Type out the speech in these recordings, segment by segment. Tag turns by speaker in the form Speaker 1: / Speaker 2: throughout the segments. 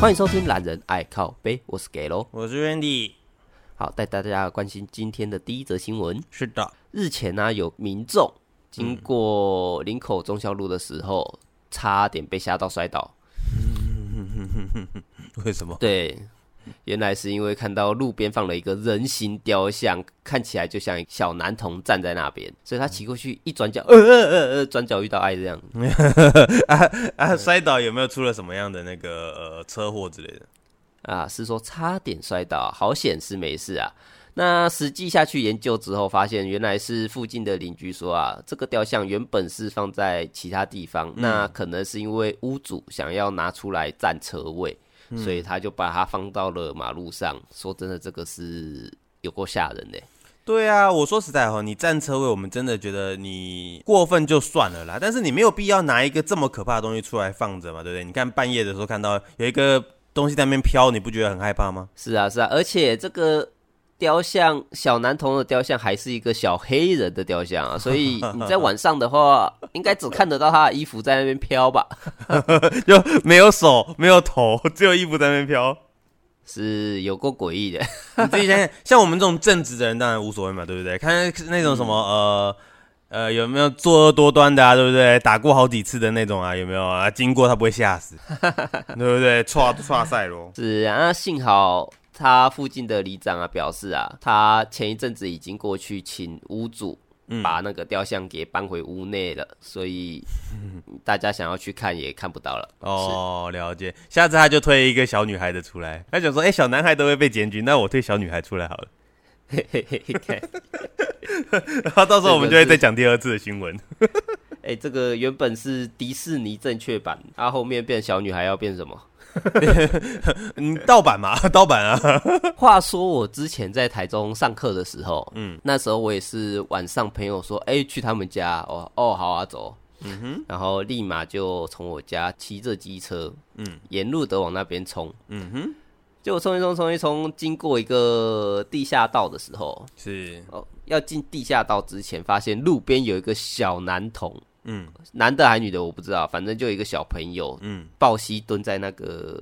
Speaker 1: 欢迎收听《懒人爱靠背》，我是 g a l
Speaker 2: 我是 Randy。
Speaker 1: 好，带大家关心今天的第一则新闻。
Speaker 2: 是的，
Speaker 1: 日前呢、有民众经过林口忠孝路的时候，差点被吓到摔倒。
Speaker 2: 为什么？
Speaker 1: 对，原来是因为看到路边放了一个人形雕像，看起来就像一个小男童站在那边，所以他骑过去一转角，呃呃呃呃，转角遇到爱这样。
Speaker 2: 啊，摔倒有没有出了什么样的那个呃车祸之类的？
Speaker 1: 啊，是说差点摔倒，好险是没事啊。那实际下去研究之后，发现原来是附近的邻居说啊，这个雕像原本是放在其他地方，那可能是因为屋主想要拿出来占车位，所以他就把它放到了马路上。说真的，这个是有够吓人的、
Speaker 2: 对啊，我说实在哦，你占车位，我们真的觉得你过分就算了啦，但是你没有必要拿一个这么可怕的东西出来放着嘛，对不对？你看半夜的时候看到有一个东西在那边飘，你不觉得很害怕吗？
Speaker 1: 是啊，是啊，而且这个雕像小男童的雕像还是一个小黑人的雕像啊，所以你在晚上的话，应该只看得到他的衣服在那边飘吧。
Speaker 2: 就没有手，没有头，只有衣服在那边飘。
Speaker 1: 是有够诡异的。
Speaker 2: 你自己想想，像我们这种正直的人，当然无所谓嘛，对不对？看那种什么呃呃，有没有作恶多端的啊，对不对？打过好几次的那种啊，有没有啊？经过他不会吓死，对不对？踹踹赛罗，
Speaker 1: 是啊，那幸好他附近的里长啊表示啊，他前一阵子已经过去请屋主
Speaker 2: 嗯
Speaker 1: 把那个雕像给搬回屋内了，所以大家想要去看也看不到了。
Speaker 2: 哦，了解。下次他就推一个小女孩的出来，他想说，哎、小男孩都会被检举，那我推小女孩出来好了。
Speaker 1: 嘿嘿嘿嘿嘿，
Speaker 2: 然后 到时候我们就会再讲第二次的新闻。
Speaker 1: 哎，这个原本是迪士尼正确版，它、后面变小女孩要变什么？
Speaker 2: 嗯，盗版嘛， 盗版啊。
Speaker 1: 话说我之前在台中上课的时候，嗯，那时候我也是晚上朋友说，哎、去他们家，哦哦，好啊，走，嗯哼，然后立马就从我家骑着机车，嗯，沿路的往那边冲，嗯哼，结果冲一冲冲一冲，经过一个地下道的时候，
Speaker 2: 是，
Speaker 1: 哦，要进地下道之前，发现路边有一个小男童，
Speaker 2: 嗯
Speaker 1: 男的还女的我不知道，反正就有一个小朋友
Speaker 2: 嗯，
Speaker 1: 抱膝蹲在那个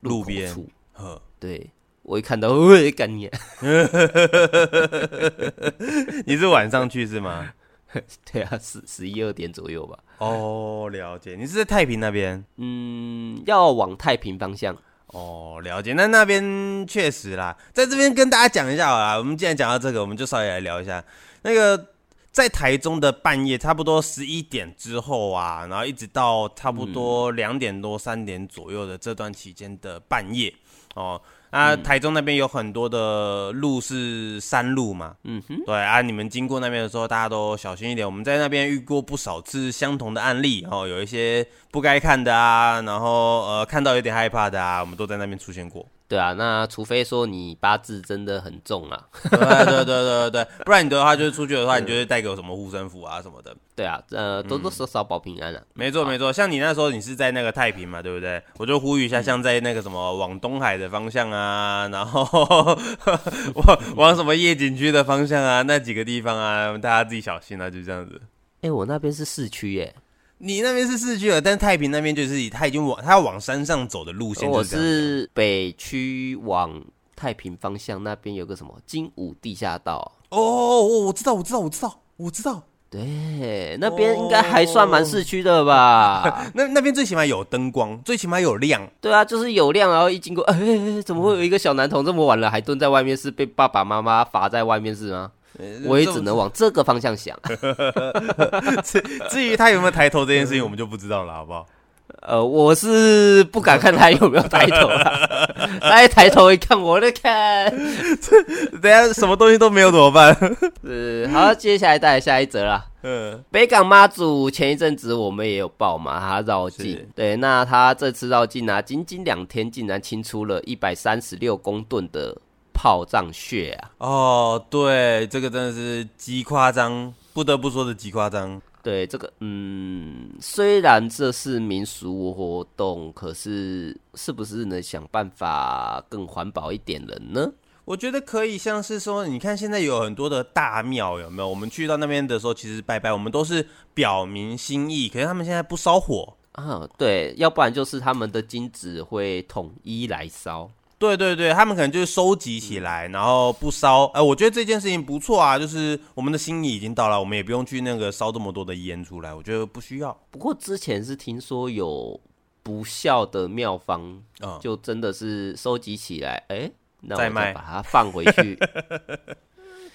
Speaker 2: 路
Speaker 1: 口
Speaker 2: 边
Speaker 1: 处，
Speaker 2: 呵，
Speaker 1: 对我一看到，喂，干你、啊
Speaker 2: 你是晚上去是吗？
Speaker 1: 对啊，十十一二点左右吧。
Speaker 2: 哦，了解。你是在太平那边？
Speaker 1: 嗯，要往太平方向。
Speaker 2: 哦，了解。那那边确实啦，在这边跟大家讲一下好啦。我们既然讲到这个，我们就稍微来聊一下那个在台中的半夜，差不多十一点之后啊，然后一直到差不多两点多、三点左右的这段期间的半夜哦。那台中那边有很多的路是山路嘛，
Speaker 1: 嗯哼，
Speaker 2: 对啊，你们经过那边的时候，大家都小心一点。我们在那边遇过不少次相同的案例，哦，有一些不该看的啊，然后呃，看到有点害怕的啊，我们都在那边出现过。
Speaker 1: 对啊，那除非说你八字真的很重啊。
Speaker 2: 对对对对对，不然你的话就是出去的话，你就是带给我什么护身符啊什么的。
Speaker 1: 对啊，呃，多多少少保平安啊。
Speaker 2: 没错没错，像你那时候你是在那个太平嘛，对不对？我就呼吁一下，像在那个什么往东海的方向啊，然后往往什么夜景区的方向啊，那几个地方啊，大家自己小心啊，就这样子。
Speaker 1: 哎、我那边是市区耶、
Speaker 2: 你那边是市区了，但太平那边就是以它已经往它要往山上走的路线
Speaker 1: 我
Speaker 2: 哦就是这样子，
Speaker 1: 哦是北区往太平方向那边有个什么金武地下道，
Speaker 2: 哦哦，哦我知道，我知道，我知道，我知道。
Speaker 1: 对，那边应该还算蛮市区的吧？
Speaker 2: 那那边最起码有灯光，最起码有 亮。
Speaker 1: 对啊，就是有亮，然后一经过，哎、怎么会有一个小男童这么晚了还蹲在外面？是被爸爸妈妈罚在外面是吗？
Speaker 2: 呃
Speaker 1: 我也只能往这个方向想。
Speaker 2: 至呃至于他有没有抬头这件事情，我们就不知道了，好不 好？
Speaker 1: 呃，我是不敢看他有没有抬头啦，他一抬头一看，我在看。
Speaker 2: 等下什么东西都没有怎么办？
Speaker 1: 呃，好，接下来带来下一则啦。
Speaker 2: 嗯，
Speaker 1: 北港妈祖前一阵子我们也有报嘛，她绕境
Speaker 2: 是，
Speaker 1: 对，那她这次绕境啊，仅仅两天竟然清出了一百三十六公吨的炮仗屑啊！
Speaker 2: 哦，对，这个真的是极夸张，不得不说的极夸张。
Speaker 1: 对这个，嗯，虽然这是民俗活动，可是是不是能想办法更环保一点人呢？
Speaker 2: 我觉得可以，像是说，你看现在有很多的大庙，有没有？我们去到那边的时候，其实拜拜，我们都是表明心意，可是他们现在不烧火，
Speaker 1: 啊，对，要不然就是他们的金子会统一来烧。
Speaker 2: 对对对，他们可能就是收集起来，然后不烧。哎、我觉得这件事情不错啊，就是我们的心意已经到了，我们也不用去那个烧这么多的烟出来，我觉得不需要。
Speaker 1: 不过之前是听说有不孝的妙方，
Speaker 2: 嗯
Speaker 1: 就真的是收集起来，哎、那我
Speaker 2: 再
Speaker 1: 再
Speaker 2: 卖
Speaker 1: 把它放回去。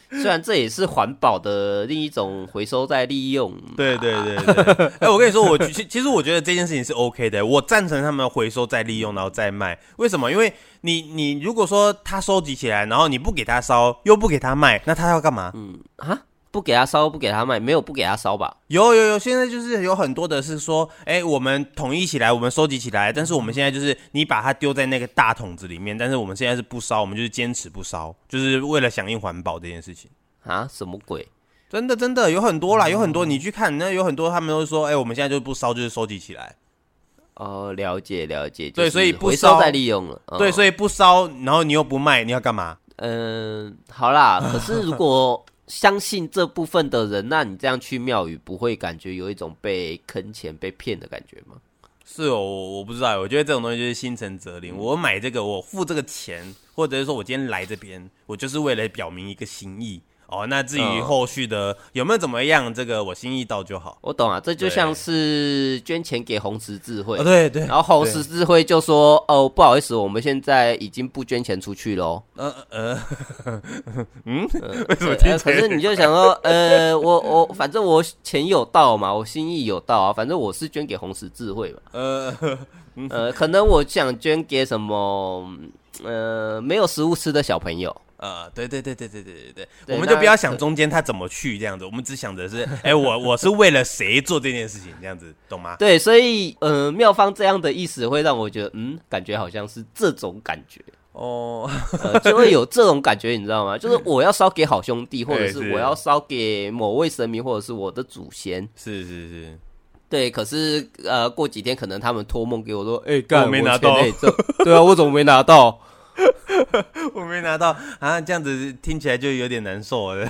Speaker 1: 虽然这也是环保的另一种回收再利用，
Speaker 2: 对对对对， 哎、我跟你说，我其其实我觉得这件事情是 OK 的，我赞成他们回收再利用，然后再卖。为什么？因为你你如果说他收集起来，然后你不给他烧，又不给他卖，那他要干嘛？
Speaker 1: 啊，不给他烧，不给他卖，没有不给他烧吧？
Speaker 2: 有有有，现在就是有很多的是说，哎、我们统一起来，我们收集起来，但是我们现在就是你把它丢在那个大桶子里面，但是我们现在是不烧，我们就是坚持不烧，就是为了响应环保这件事情。
Speaker 1: 啊，什么鬼？
Speaker 2: 真的真的有很多啦，有很多你去看，那有很多他们都说，哎、我们现在就不烧，就是收集起来。
Speaker 1: 哦，了解了解，
Speaker 2: 对
Speaker 1: 就是
Speaker 2: 所以不
Speaker 1: 回收
Speaker 2: 烧
Speaker 1: 再利用了。哦
Speaker 2: 对，
Speaker 1: 以
Speaker 2: 所以不烧，然后你又不卖，你要干嘛？
Speaker 1: 嗯、好啦。可是如果相信这部分的人，那你这样去庙宇，不会感觉有一种被坑钱、被骗的感觉吗？
Speaker 2: 是哦，我我不知道，我觉得这种东西就是心诚则灵。我买这个，我付这个钱，或者是说我今天来这边，我就是为了表明一个心意。哦，那至于
Speaker 1: 嗯
Speaker 2: 后续的有没有怎么样，这个我心意到就好。
Speaker 1: 我懂啊，这就
Speaker 2: 对
Speaker 1: 像是捐钱给红十字会，
Speaker 2: 啊， 对对，
Speaker 1: 然后红十字会就说：“哦，不好意思，我们现在已经不捐钱出去喽。
Speaker 2: 呃呃，嗯，为什么
Speaker 1: 呃”
Speaker 2: 听起
Speaker 1: 可
Speaker 2: 来有
Speaker 1: 是
Speaker 2: 点
Speaker 1: 你就想说，呃，我我反正我钱有到嘛，我心意有到啊，反正我是捐给红十字会嘛。
Speaker 2: 呃
Speaker 1: 呃，可能我想捐给什么，呃，没有食物吃的小朋友。
Speaker 2: 呃，对对对对对对对对，
Speaker 1: 对
Speaker 2: 我们就不要想
Speaker 1: 那
Speaker 2: 中间他怎么去这样子，我们只想着是，哎，我我是为了谁做这件事情，这样子懂吗？
Speaker 1: 对，所以呃，妙方这样的意思会让我觉得，嗯，感觉好像是这种感觉。
Speaker 2: 哦，
Speaker 1: 呃，就会有这种感觉，你知道吗？就是我要烧给好兄弟，或者
Speaker 2: 对
Speaker 1: 是
Speaker 2: 哎是
Speaker 1: 我要烧给某位神明，或者是我的祖先。
Speaker 2: 是是是，
Speaker 1: 对，可是呃，过几天可能他们托梦给我说，哎、干，
Speaker 2: 我没拿到
Speaker 1: 我钱内 这对啊，我怎么没拿到？
Speaker 2: 我没拿到啊，这样子听起来就有点难受了。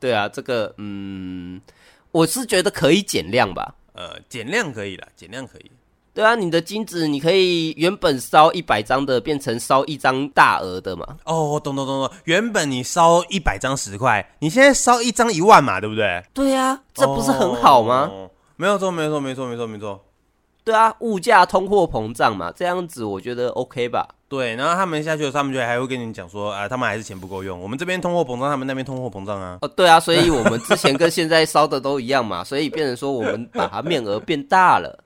Speaker 1: 对啊，这个嗯，我是觉得可以减量吧。
Speaker 2: 呃，减量可以啦，减量可以。
Speaker 1: 对啊，你的金子你可以原本烧一百张的，变成烧一张大额的嘛。
Speaker 2: 哦，我懂懂懂懂，原本你烧一百张十块，你现在烧一张一万嘛，对不对？
Speaker 1: 对啊，这不是很好吗？
Speaker 2: 哦没有错，没有错，没错，没错，没错。
Speaker 1: 对啊，物价通货膨胀嘛，这样子我觉得 OK 吧。
Speaker 2: 对，然后他们下去的时候，他们就还会跟你讲说，啊，他们还是钱不够用，我们这边通货膨胀，他们那边通货膨 胀啊。
Speaker 1: 哦，对啊，所以我们之前跟现在烧的都一样嘛，所以变成说我们把它面额变大了。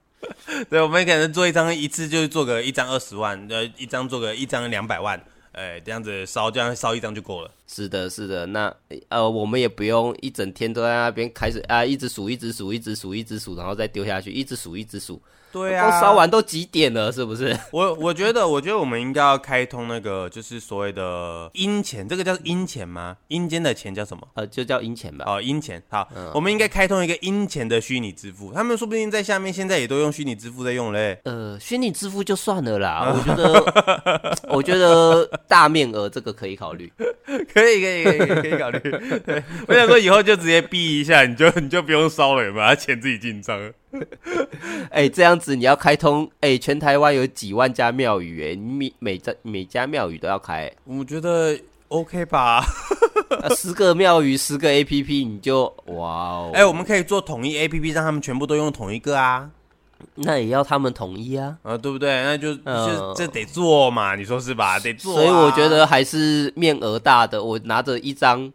Speaker 2: 对，我们可能做一张一次就做个一张二十万，呃，一张做个一张两百万，哎，这样子烧，这样烧一张就够了。
Speaker 1: 是的，是的，那呃，我们也不用一整天都在那边开始啊，一直数，一直数，一直数，一直数，然后再丢下去，一直数，一直数，
Speaker 2: 对啊
Speaker 1: 都烧完都几点了，是不是？
Speaker 2: 我我觉得，我觉得我们应该要开通那个，就是所谓的阴钱，这个叫阴钱吗？阴间的钱叫什么？
Speaker 1: 呃，就叫阴钱 吧。
Speaker 2: 哦，阴钱。好，我们应该开通一个阴钱的虚拟支付，他们说不定在下面现在也都用虚拟支付在用嘞。
Speaker 1: 呃，虚拟支付就算了啦，我觉得，我觉得大面额这个可以考虑。
Speaker 2: 可以，可以，可以，可以可以考虑。 对，我想说以后就直接逼一下，你就你就不用烧了，有没有？他钱自己进账。
Speaker 1: 哎、这样子你要开通，哎、全台湾有几万家庙宇、哎，你每每家每家庙宇都要开、哎
Speaker 2: 我觉得 OK 吧？
Speaker 1: 啊， 十个庙宇，十个 A P P，你就哇哦！
Speaker 2: 哎、我们可以做统一 APP，让他们全部都用同一个啊，
Speaker 1: 那也要他们统一啊。
Speaker 2: 啊，对不对？那就就
Speaker 1: 呃
Speaker 2: 嗯这得做嘛，你说是吧？得做、啊
Speaker 1: 所以我觉。得还是面额大的，我拿着一张，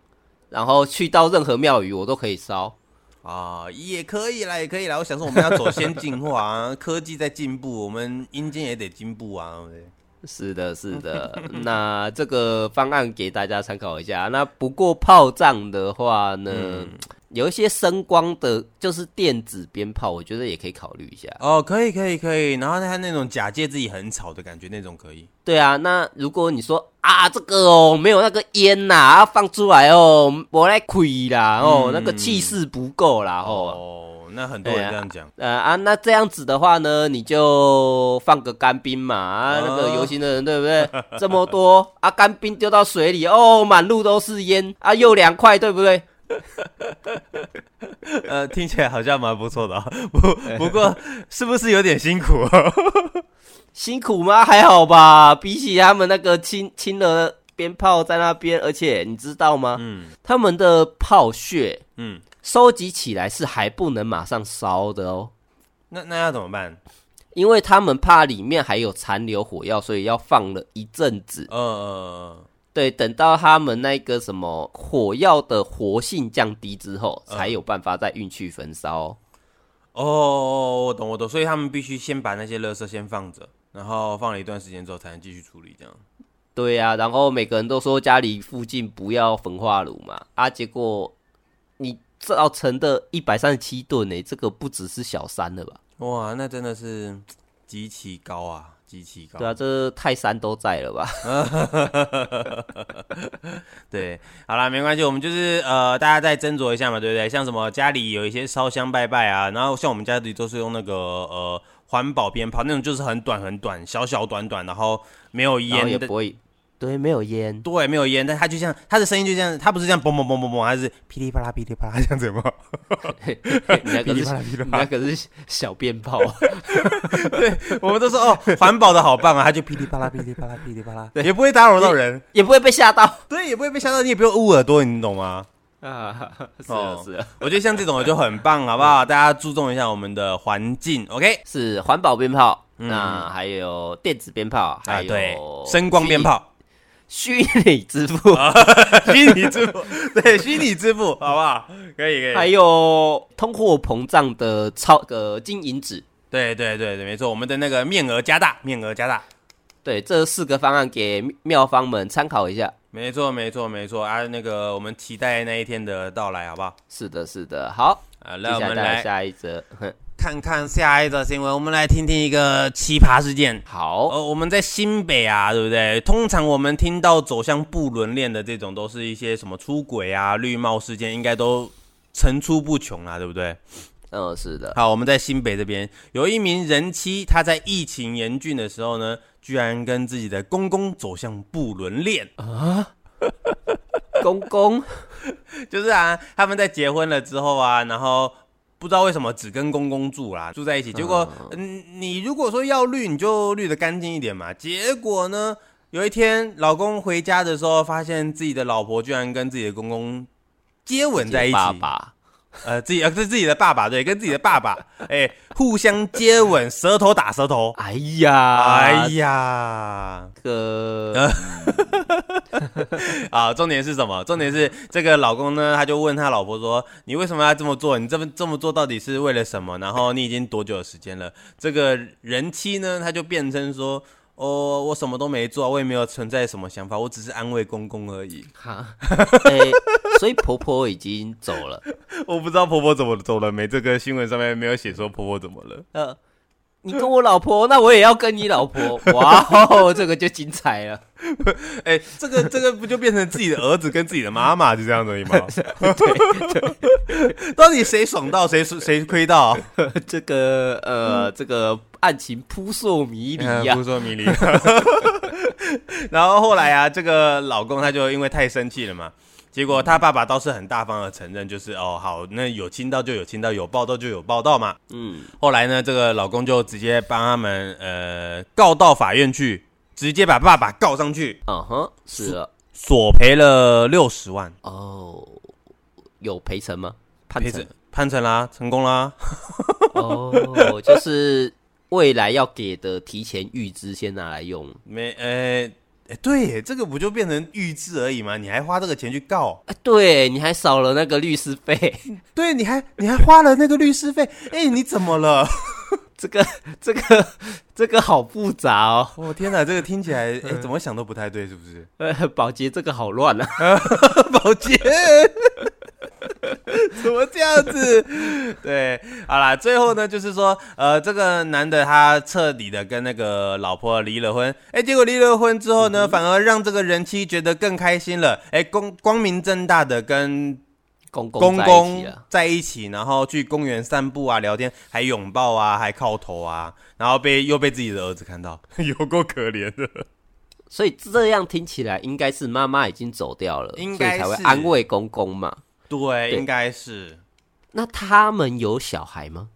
Speaker 1: 然后去到任何庙宇我都可以烧。
Speaker 2: 啊，也可以啦，也可以啦。我想说，我们要走先进化 啊，科技在进步，我们阴间也得进步啊，对不对？
Speaker 1: 是的，是 的。那这个方案给大家参考一下。那不过炮仗的话呢，
Speaker 2: 嗯
Speaker 1: 有一些声光的，就是电子鞭炮，我觉得也可以考虑一下。
Speaker 2: 哦，可以，可以，可以。然后他那种假借自己很吵的感觉，那种可以。
Speaker 1: 对啊，那如果你说啊，这个哦，没有那个烟呐、啊，放出来哦，我来亏啦，哦，那个气势不够啦，哦，
Speaker 2: 哦，那很多人这样讲。
Speaker 1: 呃啊，那这样子的话呢，你就放个干冰嘛，啊，那个
Speaker 2: 哦
Speaker 1: 游行的人对不对？ 这么多啊，干冰丢到水里，哦，满路都是烟啊，又凉快，对不对？
Speaker 2: 呃，听起来好像蛮不错的、哦，不不过是不是有点辛苦、 哦？
Speaker 1: 辛苦吗？还好吧，比起他们那个亲亲了鞭炮在那边，而且你知道吗？
Speaker 2: 嗯
Speaker 1: 他们的炮屑
Speaker 2: 嗯，
Speaker 1: 收集起来是还不能马上烧的哦，
Speaker 2: 那那要怎么办？
Speaker 1: 因为他们怕里面还有残留火药，所以要放了一阵子。
Speaker 2: 呃呃，
Speaker 1: 对，等到他们那个什么火药的活性降低之后，
Speaker 2: 嗯
Speaker 1: 才有办法再运去焚烧哦、
Speaker 2: 呃哦，我懂我懂，所以他们必须先把那些垃圾先放着，然后放了一段时间之后才能继续处理，这样。
Speaker 1: 对呀、然后每个人都说家里附近不要焚化炉嘛，啊，结果你造成的一百三十七吨呢，这个不只是小山了吧？
Speaker 2: 哇，那真的是极其高啊，极其高。
Speaker 1: 对啊，这泰山都在了吧？
Speaker 2: 对，好啦，没关系，我们就是呃，大家再斟酌一下嘛，对不对？像什么家里有一些烧香拜拜啊，然后像我们家里都是用那个呃环保鞭炮，那种就是很短很短，小小短短，然后没有
Speaker 1: 然后
Speaker 2: 烟
Speaker 1: 也
Speaker 2: 的
Speaker 1: 不，会，对，没有烟，
Speaker 2: 对，没有烟，但它就像它的声音就像，它不是这样嘣嘣嘣嘣嘣，它是噼里啪啦噼里啪啦这 样子吗？
Speaker 1: 你那
Speaker 2: 噼
Speaker 1: 个
Speaker 2: 里
Speaker 1: 是
Speaker 2: 啪啦噼里
Speaker 1: 你
Speaker 2: 啪
Speaker 1: 那
Speaker 2: 啦，
Speaker 1: 个是小鞭炮，
Speaker 2: 我们都说哦，环保的好棒 啊，它就噼里啪啦噼里啪啦噼里啪啦，也不会打扰到人，
Speaker 1: 也不会被吓到
Speaker 2: 对，也不会被吓到，你也不用捂耳朵，你懂吗？
Speaker 1: 啊。是
Speaker 2: 哦
Speaker 1: 啊，是啊，
Speaker 2: 我觉得像这种的就很棒，好不好？大家注重一下我们的环境，OK？
Speaker 1: 是环保鞭炮，那还有电子鞭炮，还
Speaker 2: 啊，
Speaker 1: 有
Speaker 2: 对，声光鞭炮，
Speaker 1: 虚 拟、虚拟支付，
Speaker 2: 虚拟支付， 对，虚拟支 付，好不好？可以，可
Speaker 1: 还
Speaker 2: 以，
Speaker 1: 有通货膨胀的超呃金银纸。
Speaker 2: 对对对对，没错，我们的那个面额加大，面额加大，
Speaker 1: 对，这四个方案给妙方们参考一下。
Speaker 2: 没错，没错，没错啊！那个，我们期待那一天的到来，好不好？
Speaker 1: 是的，是的。好，
Speaker 2: 啊，
Speaker 1: 接
Speaker 2: 那我
Speaker 1: 下
Speaker 2: 们
Speaker 1: 来
Speaker 2: 来
Speaker 1: 下一则。 哼
Speaker 2: 看看下一则新闻，我们来听听一个奇葩事件。
Speaker 1: 好，
Speaker 2: 呃，我们在新北啊，对不对？通常我们听到走向不伦恋的这种，都是一些什么出轨啊、绿帽事件，应该都层出不穷啊，对不对？
Speaker 1: 嗯，是的，
Speaker 2: 好，我们在新北这边有一名人妻，她在疫情严峻的时候呢，居然跟自己的公公走向不伦恋。
Speaker 1: 公公，
Speaker 2: 就是啊，他们在结婚了之后啊，然后不知道为什么只跟公公住啦，住在一起。结果，嗯，你如果说要绿，你就绿的干净一点嘛。结果呢，有一天老公回家的时候，发现自己的老婆居然跟自己的公公接吻在一起，
Speaker 1: 爸爸，
Speaker 2: 呃，自己呃是自己的爸爸，对，跟自己的爸爸， 哎、互相接吻，舌头打舌头。
Speaker 1: 哎呀，
Speaker 2: 哎呀，
Speaker 1: 个，
Speaker 2: 啊，重点是什么？重点是这个老公呢，他就问他老婆说：“你为什么要这么做？你这么这么做到底是为了什么？然后你已经多久的时间了？”这个人妻呢，他就辩称说：“哦，我什么都没做，我也没有存在什么想法，我只是安慰公公而已。
Speaker 1: 哈， 哎，所以婆婆已经走 了。”
Speaker 2: 我不知道婆婆怎么走了没？这个新闻上面没有写说婆婆怎么了。
Speaker 1: 呃，你跟我老婆，那我也要跟你老 婆。哇哦，这个就精彩了。
Speaker 2: 哎、这个这个不就变成自己的儿子跟自己的妈妈就这样子而已 吗？ 到底谁爽到谁谁亏到、
Speaker 1: 这个呃，这个案情扑朔迷离
Speaker 2: 嗯
Speaker 1: 呀、
Speaker 2: 扑朔迷离。 然后后来啊，这个老公他就因为太生气了嘛，结果他爸爸倒是很大方的承认，就是哦好，那有亲到就有亲到，有报道就有报道嘛。
Speaker 1: 嗯，
Speaker 2: 后来呢，这个老公就直接帮他们呃告到法院去，直接把爸爸告上去，
Speaker 1: 嗯哼，是了。
Speaker 2: 索赔了六十万，
Speaker 1: 哦，有陪审吗？判
Speaker 2: 赔
Speaker 1: 成
Speaker 2: 成判成啦，成功啦。
Speaker 1: 哦，就是未来要给的提前预支先拿来用。
Speaker 2: 没呃。哎对耶，这个不就变成预制而已吗？你还花这个钱去告？
Speaker 1: 哎，对，你还少了那个律师费，
Speaker 2: 对，你还 你还花了那个律师费，哎、你怎么 了？
Speaker 1: 这个这个这个好复杂哦。
Speaker 2: 我、天哪，这个听起来， 哎、怎么想都不太对，是不 是？
Speaker 1: 呃，保洁这个好乱啊。
Speaker 2: 保洁， 怎么这样子？ 对，好啦，最后呢，就是说，呃，这个男的他彻底的跟那个老婆离了婚，哎、结果离了婚之后呢，反而让这个人妻觉得更开心了，哎、光光明正大的跟
Speaker 1: 公
Speaker 2: 公
Speaker 1: 公在一起啊
Speaker 2: 公
Speaker 1: 了。
Speaker 2: 在一起，然后去公园散步啊，聊天，还拥抱啊，还靠头啊，然后被又被自己的儿子看到， 有够可怜的。
Speaker 1: 所以这样听起来，应该是妈妈已应该是妈妈已经走掉了，
Speaker 2: 应该是
Speaker 1: 所以才会安慰公公嘛。
Speaker 2: 对，
Speaker 1: 对
Speaker 2: 应该是
Speaker 1: 那他们有小孩吗？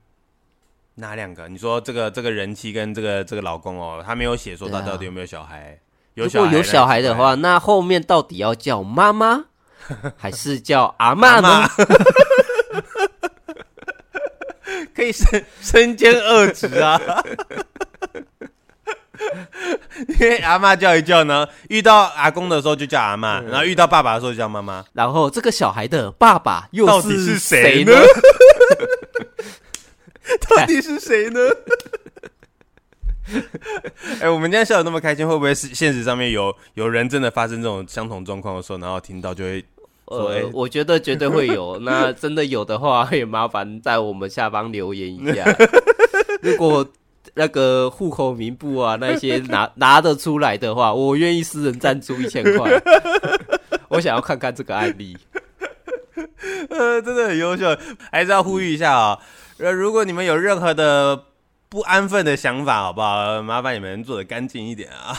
Speaker 2: 哪两个？你说这个这个人妻跟这个这个老公哦，他没有写说
Speaker 1: 对啊
Speaker 2: 他到底有没有小孩？有
Speaker 1: 如
Speaker 2: 小
Speaker 1: 果
Speaker 2: 孩
Speaker 1: 有小孩的话，
Speaker 2: 那
Speaker 1: 那后面到底要叫妈妈还是叫阿嬷呢？
Speaker 2: 可以身身兼二职 啊。因为阿妈叫一叫呢，遇到阿公的时候就叫阿
Speaker 1: 嗯
Speaker 2: 妈，然后遇到爸爸的时候就叫妈妈。
Speaker 1: 然后这个小孩的爸爸又
Speaker 2: 到底是
Speaker 1: 谁
Speaker 2: 谁
Speaker 1: 呢
Speaker 2: 呢？到底是谁呢？ 哎、我们今天笑得那么开心，会不会是现实上面有有人真的发生这种相同状况的时候，然后听到就会说哎
Speaker 1: 呃，我觉得绝对会 有。那真的有的话，也麻烦在我们下方留言 一下。如果那个户口名簿啊那些 拿拿得出来的话，我愿意私人赞助一千块。 我想要看看这个案例。
Speaker 2: 呃，真的很优秀，还是要呼吁一下啊、呃，如果你们有任何的不安分的想法，好不好？麻烦你们做的干净一点啊。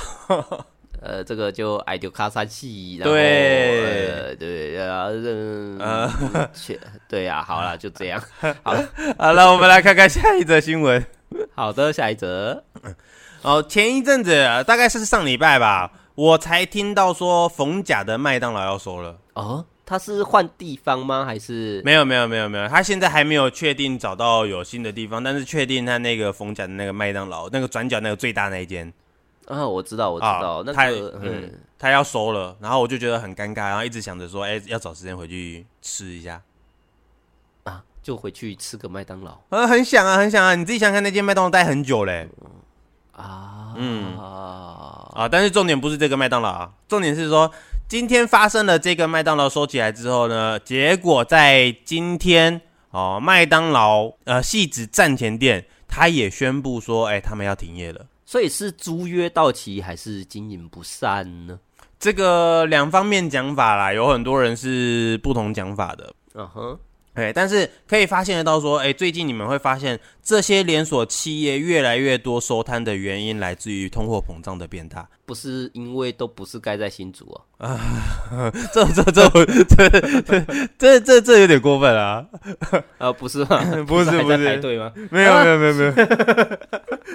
Speaker 1: 呃，这个就矮丢卡萨气，然后
Speaker 2: 对
Speaker 1: 呃对，然后嗯，
Speaker 2: 呃，
Speaker 1: 切对呀、好 了，就这样。好了，
Speaker 2: 好了，我们来看看下一则新闻。
Speaker 1: 好的，下一则。
Speaker 2: 哦，前一阵子大概是上礼拜吧，我才听到说逢甲的麦当劳要收了。
Speaker 1: 哦，他是换地方吗？还是
Speaker 2: 没有没有没有没有，他现在还没有确定找到有新的地方，但是确定他那个逢甲的那个麦当劳，那个转角那个最大那一间，
Speaker 1: 啊？我知道，我知
Speaker 2: 啊
Speaker 1: 道，那
Speaker 2: 他
Speaker 1: 个嗯
Speaker 2: 嗯他要收了，然后我就觉得很尴尬，然后一直想着说，哎、要找时间回去吃一下。
Speaker 1: 啊，就回去吃个麦当劳
Speaker 2: 呃，很想啊，很想啊！你自己想看那间麦当劳待很久嘞、
Speaker 1: 啊。
Speaker 2: 嗯
Speaker 1: 啊，
Speaker 2: 啊！但是重点不是这个麦当劳啊，重点是说今天发生了这个麦当劳收起来之后呢，结果在今天哦，麦当劳呃戏子站前店，他也宣布说，哎、他们要停业了。
Speaker 1: 所以是租约到期还是经营不善呢？
Speaker 2: 这个两方面讲法啦，有很多人是不同讲法的。
Speaker 1: 嗯哼，
Speaker 2: 哎，但是可以发现得到说，哎，最近你们会发现这些连锁企业越来越多收摊的原因，来自于通货膨胀的变大。
Speaker 1: 不是因为都不是盖在新竹 哦、
Speaker 2: 这这这我这这这这有点过分啊！
Speaker 1: 啊，不是吗？
Speaker 2: 不是
Speaker 1: 还
Speaker 2: 不
Speaker 1: 在
Speaker 2: 是
Speaker 1: 排队吗？
Speaker 2: 没有没有没有没有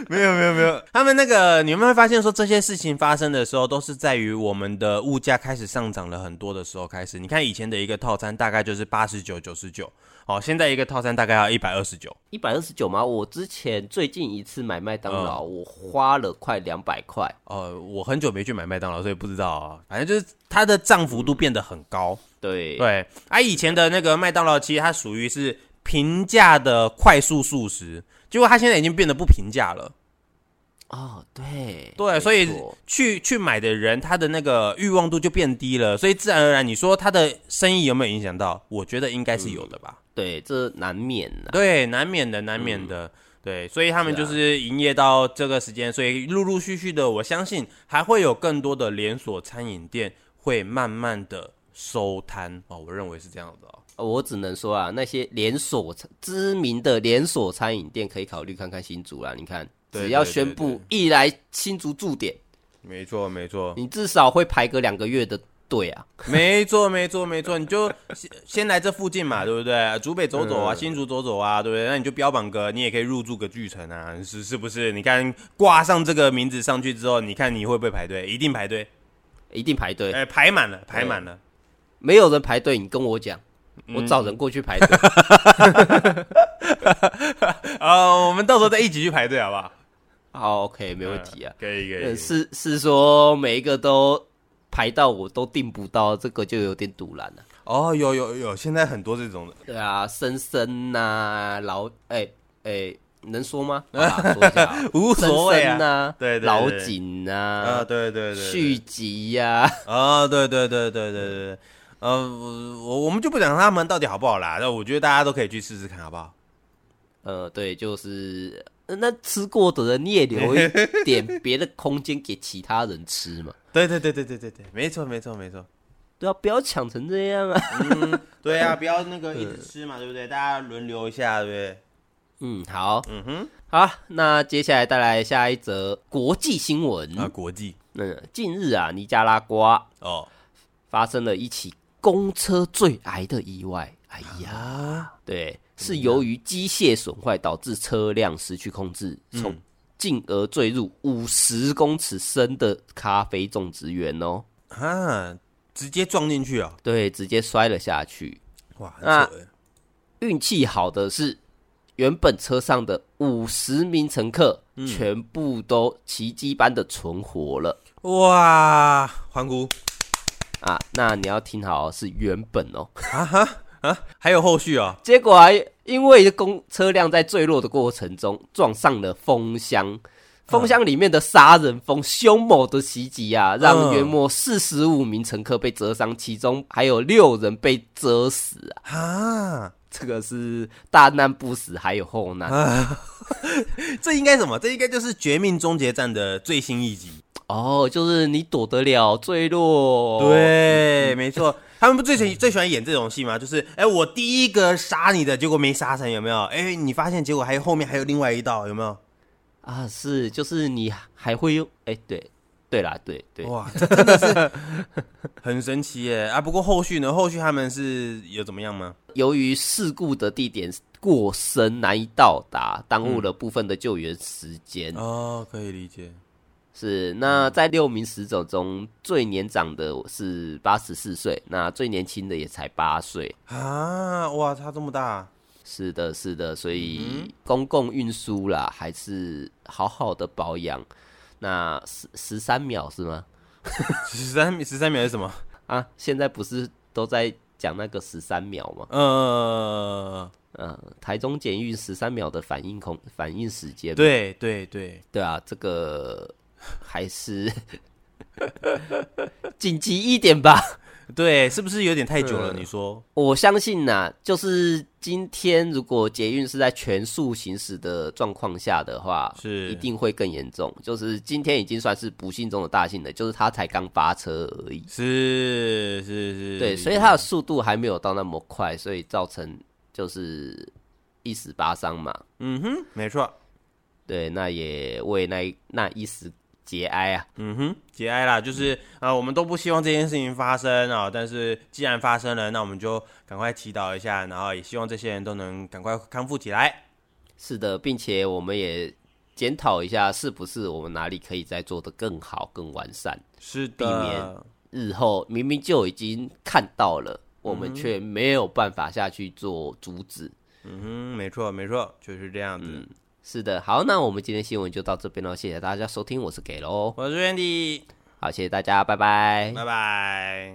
Speaker 2: 没有没有没有，啊他们那个你们会发现说这些事情发生的时候，都是在于我们的物价开始上涨了很多的时候开始。你看以前的一个套餐大概就是八十九九十九，哦，现在一个套餐大概要一百二十九。
Speaker 1: 一百二十九吗？我之前最近一次买麦当劳，
Speaker 2: 嗯
Speaker 1: 我花了快两百块。
Speaker 2: 呃，我很久没去买麦当劳，所以不知道啊。反正就是它的涨幅度变得很高。
Speaker 1: 对，
Speaker 2: 对，啊，以前的那个麦当劳其实它属于是平价的快速速食，结果它现在已经变得不平价了。
Speaker 1: 哦，对，
Speaker 2: 对，所以
Speaker 1: 没错
Speaker 2: 去去买的人，他的那个欲望度就变低了，所以自然而然，你说他的生意有没有影响到？我觉得应该是有的吧。
Speaker 1: 对这难免啊啦。
Speaker 2: 对，难免的，难免的。对，所以他们
Speaker 1: 是
Speaker 2: 就
Speaker 1: 啊
Speaker 2: 是营业到这个时间，所以陆陆续续的，我相信还会有更多的连锁餐饮店会慢慢的收摊哦，我认为是这样子哦。
Speaker 1: 呃我只能说啊，那些连锁餐知名的连锁餐饮店可以考虑看看新竹啦。你看，
Speaker 2: 对
Speaker 1: 只要
Speaker 2: 对对
Speaker 1: 宣布一来新竹驻点，
Speaker 2: 没错，没错，
Speaker 1: 你至少会排个两个月的队啊。
Speaker 2: 没错，没错，没错，你就先先来这附近嘛，对不对？竹北走走
Speaker 1: 嗯
Speaker 2: 啊，新竹走走啊，对不对？那你就标榜个，你也可以入驻个巨城啊，是是不是？你看挂上这个名字上去之后，你看你会不会排队？一定排队，
Speaker 1: 一定排队，
Speaker 2: 哎、排满了，排满了。
Speaker 1: 没有人排队，你跟我讲，我
Speaker 2: 嗯
Speaker 1: 找人过去排 队。
Speaker 2: 呃，我们到时候再一起去排队好不好？
Speaker 1: 好，OK，没问题啊。
Speaker 2: 可以，可
Speaker 1: 呃
Speaker 2: 以。
Speaker 1: 是是说每一个都排到我都订不到，这个就有点堵然了。
Speaker 2: 哦，有有有，现在很多这种的。
Speaker 1: 对啊，深深呐、老哎哎，能说吗？啊，说一下啊
Speaker 2: 无所谓啊
Speaker 1: 深深呐，
Speaker 2: 对对对
Speaker 1: 老井
Speaker 2: 啊，
Speaker 1: 呐，
Speaker 2: 对对对对
Speaker 1: 续集呀，
Speaker 2: 啊，对对对对对对对，呃，我我们就不讲他们到底好不好啦，那我觉得大家都可以去试试看，好不好？
Speaker 1: 呃，对，就是呃那吃过的人，你也留一点别的空间给其他人吃嘛。
Speaker 2: 对对对对对对对，没错没错没错。
Speaker 1: 对啊，不要抢成这样啊！
Speaker 2: 对啊，不要那个一直吃嘛，对不对？大家轮流一下，对不对？
Speaker 1: 嗯，好，
Speaker 2: 嗯哼，
Speaker 1: 好，那接下来带来下一则国际新
Speaker 2: 嗯
Speaker 1: 闻。
Speaker 2: 啊
Speaker 1: 嗯
Speaker 2: 国际
Speaker 1: 那近日啊，尼加拉瓜
Speaker 2: 哦，
Speaker 1: 发生了一起公车坠崖的意外。哎呀，
Speaker 2: 啊
Speaker 1: 对，是由于机械损坏导致车辆失去控制，从进而坠入五十公尺深的咖啡种植园哦。
Speaker 2: 啊，直接撞进去啊！
Speaker 1: 对，直接摔了下去。
Speaker 2: 哇，很
Speaker 1: 那
Speaker 2: 扯欸
Speaker 1: 运气好的是，原本车上的五十名乘客全部都奇迹般的存活了、
Speaker 2: 哇，欢呼
Speaker 1: 啊！那你要听好哦，是原本哦。
Speaker 2: 啊！还有后续啊？
Speaker 1: 结果还因为公车辆在坠落的过程中撞上了风箱，风箱里面的杀人蜂凶猛的袭击啊，让约莫四十五名乘客被折伤，其中还有六人被蛰死啊！
Speaker 2: 啊，
Speaker 1: 这个是大难不死，还有后难
Speaker 2: 这应该什么？这应该就是《绝命终结战》的最新一集。
Speaker 1: 哦，就是你躲得了坠
Speaker 2: 哦
Speaker 1: 落，，
Speaker 2: 对，没错，他们不最喜最喜欢演这种戏吗？就是，哎、我第一个杀你的，结果没杀成，有没有？哎、你发现结果还有后面还有另外一道，有没有？
Speaker 1: 啊，是，就是你还会用，哎、对，对啦，对对，
Speaker 2: 哇，这真的是 很神奇耶！啊，不过后续呢？后续他们是有怎么样吗？
Speaker 1: 由于事故的地点过深，难以到达，耽误了部分的救援时间。
Speaker 2: 哦，可以理解。
Speaker 1: 是，那在六名死者中，最年长的是八十四岁，那最年轻的也才八岁。
Speaker 2: 啊，哇，差这么大，
Speaker 1: 是的，是的，所以公共运输啦，还是好好的保养。那十十三秒是吗？
Speaker 2: 十三十三秒是什么？
Speaker 1: 啊，现在不是都在讲那个十三秒吗？
Speaker 2: 呃，
Speaker 1: 嗯，台中监狱十三秒的反应空反应时间嘛，
Speaker 2: 对对对，
Speaker 1: 对啊，这个还是 紧急一点吧。
Speaker 2: 对，是不是有点太久了？
Speaker 1: 嗯
Speaker 2: 你说，
Speaker 1: 我相信呐、就是今天如果捷运是在全速行驶的状况下的话，
Speaker 2: 是
Speaker 1: 一定会更严重。就是今天已经算是不幸中的大幸了，就是他才刚发车而已。
Speaker 2: 是是是，
Speaker 1: 对，所以它的速度还没有到那么快，所以造成就是一死八伤嘛。
Speaker 2: 嗯哼，没错，
Speaker 1: 对，那也为那一那一时节哀啊。
Speaker 2: 嗯哼，节哀啦，就是啊、我们都不希望这件事情发生啊、但是既然发生了，那我们就赶快祈祷一下，然后也希望这些人都能赶快康复起来。
Speaker 1: 是的，并且我们也检讨一下，是不是我们哪里可以再做得更好、更完善？
Speaker 2: 是
Speaker 1: 避免日后明明就已经看到了，我们却没有办法下去做阻止。
Speaker 2: 嗯哼，没错没错，就是这样子。
Speaker 1: 是的，好，那我们今天新闻就到这边喽，谢谢大家收听，我是给喽，
Speaker 2: 我是 Randy，
Speaker 1: 哎好，谢谢大家，拜拜。
Speaker 2: 拜拜。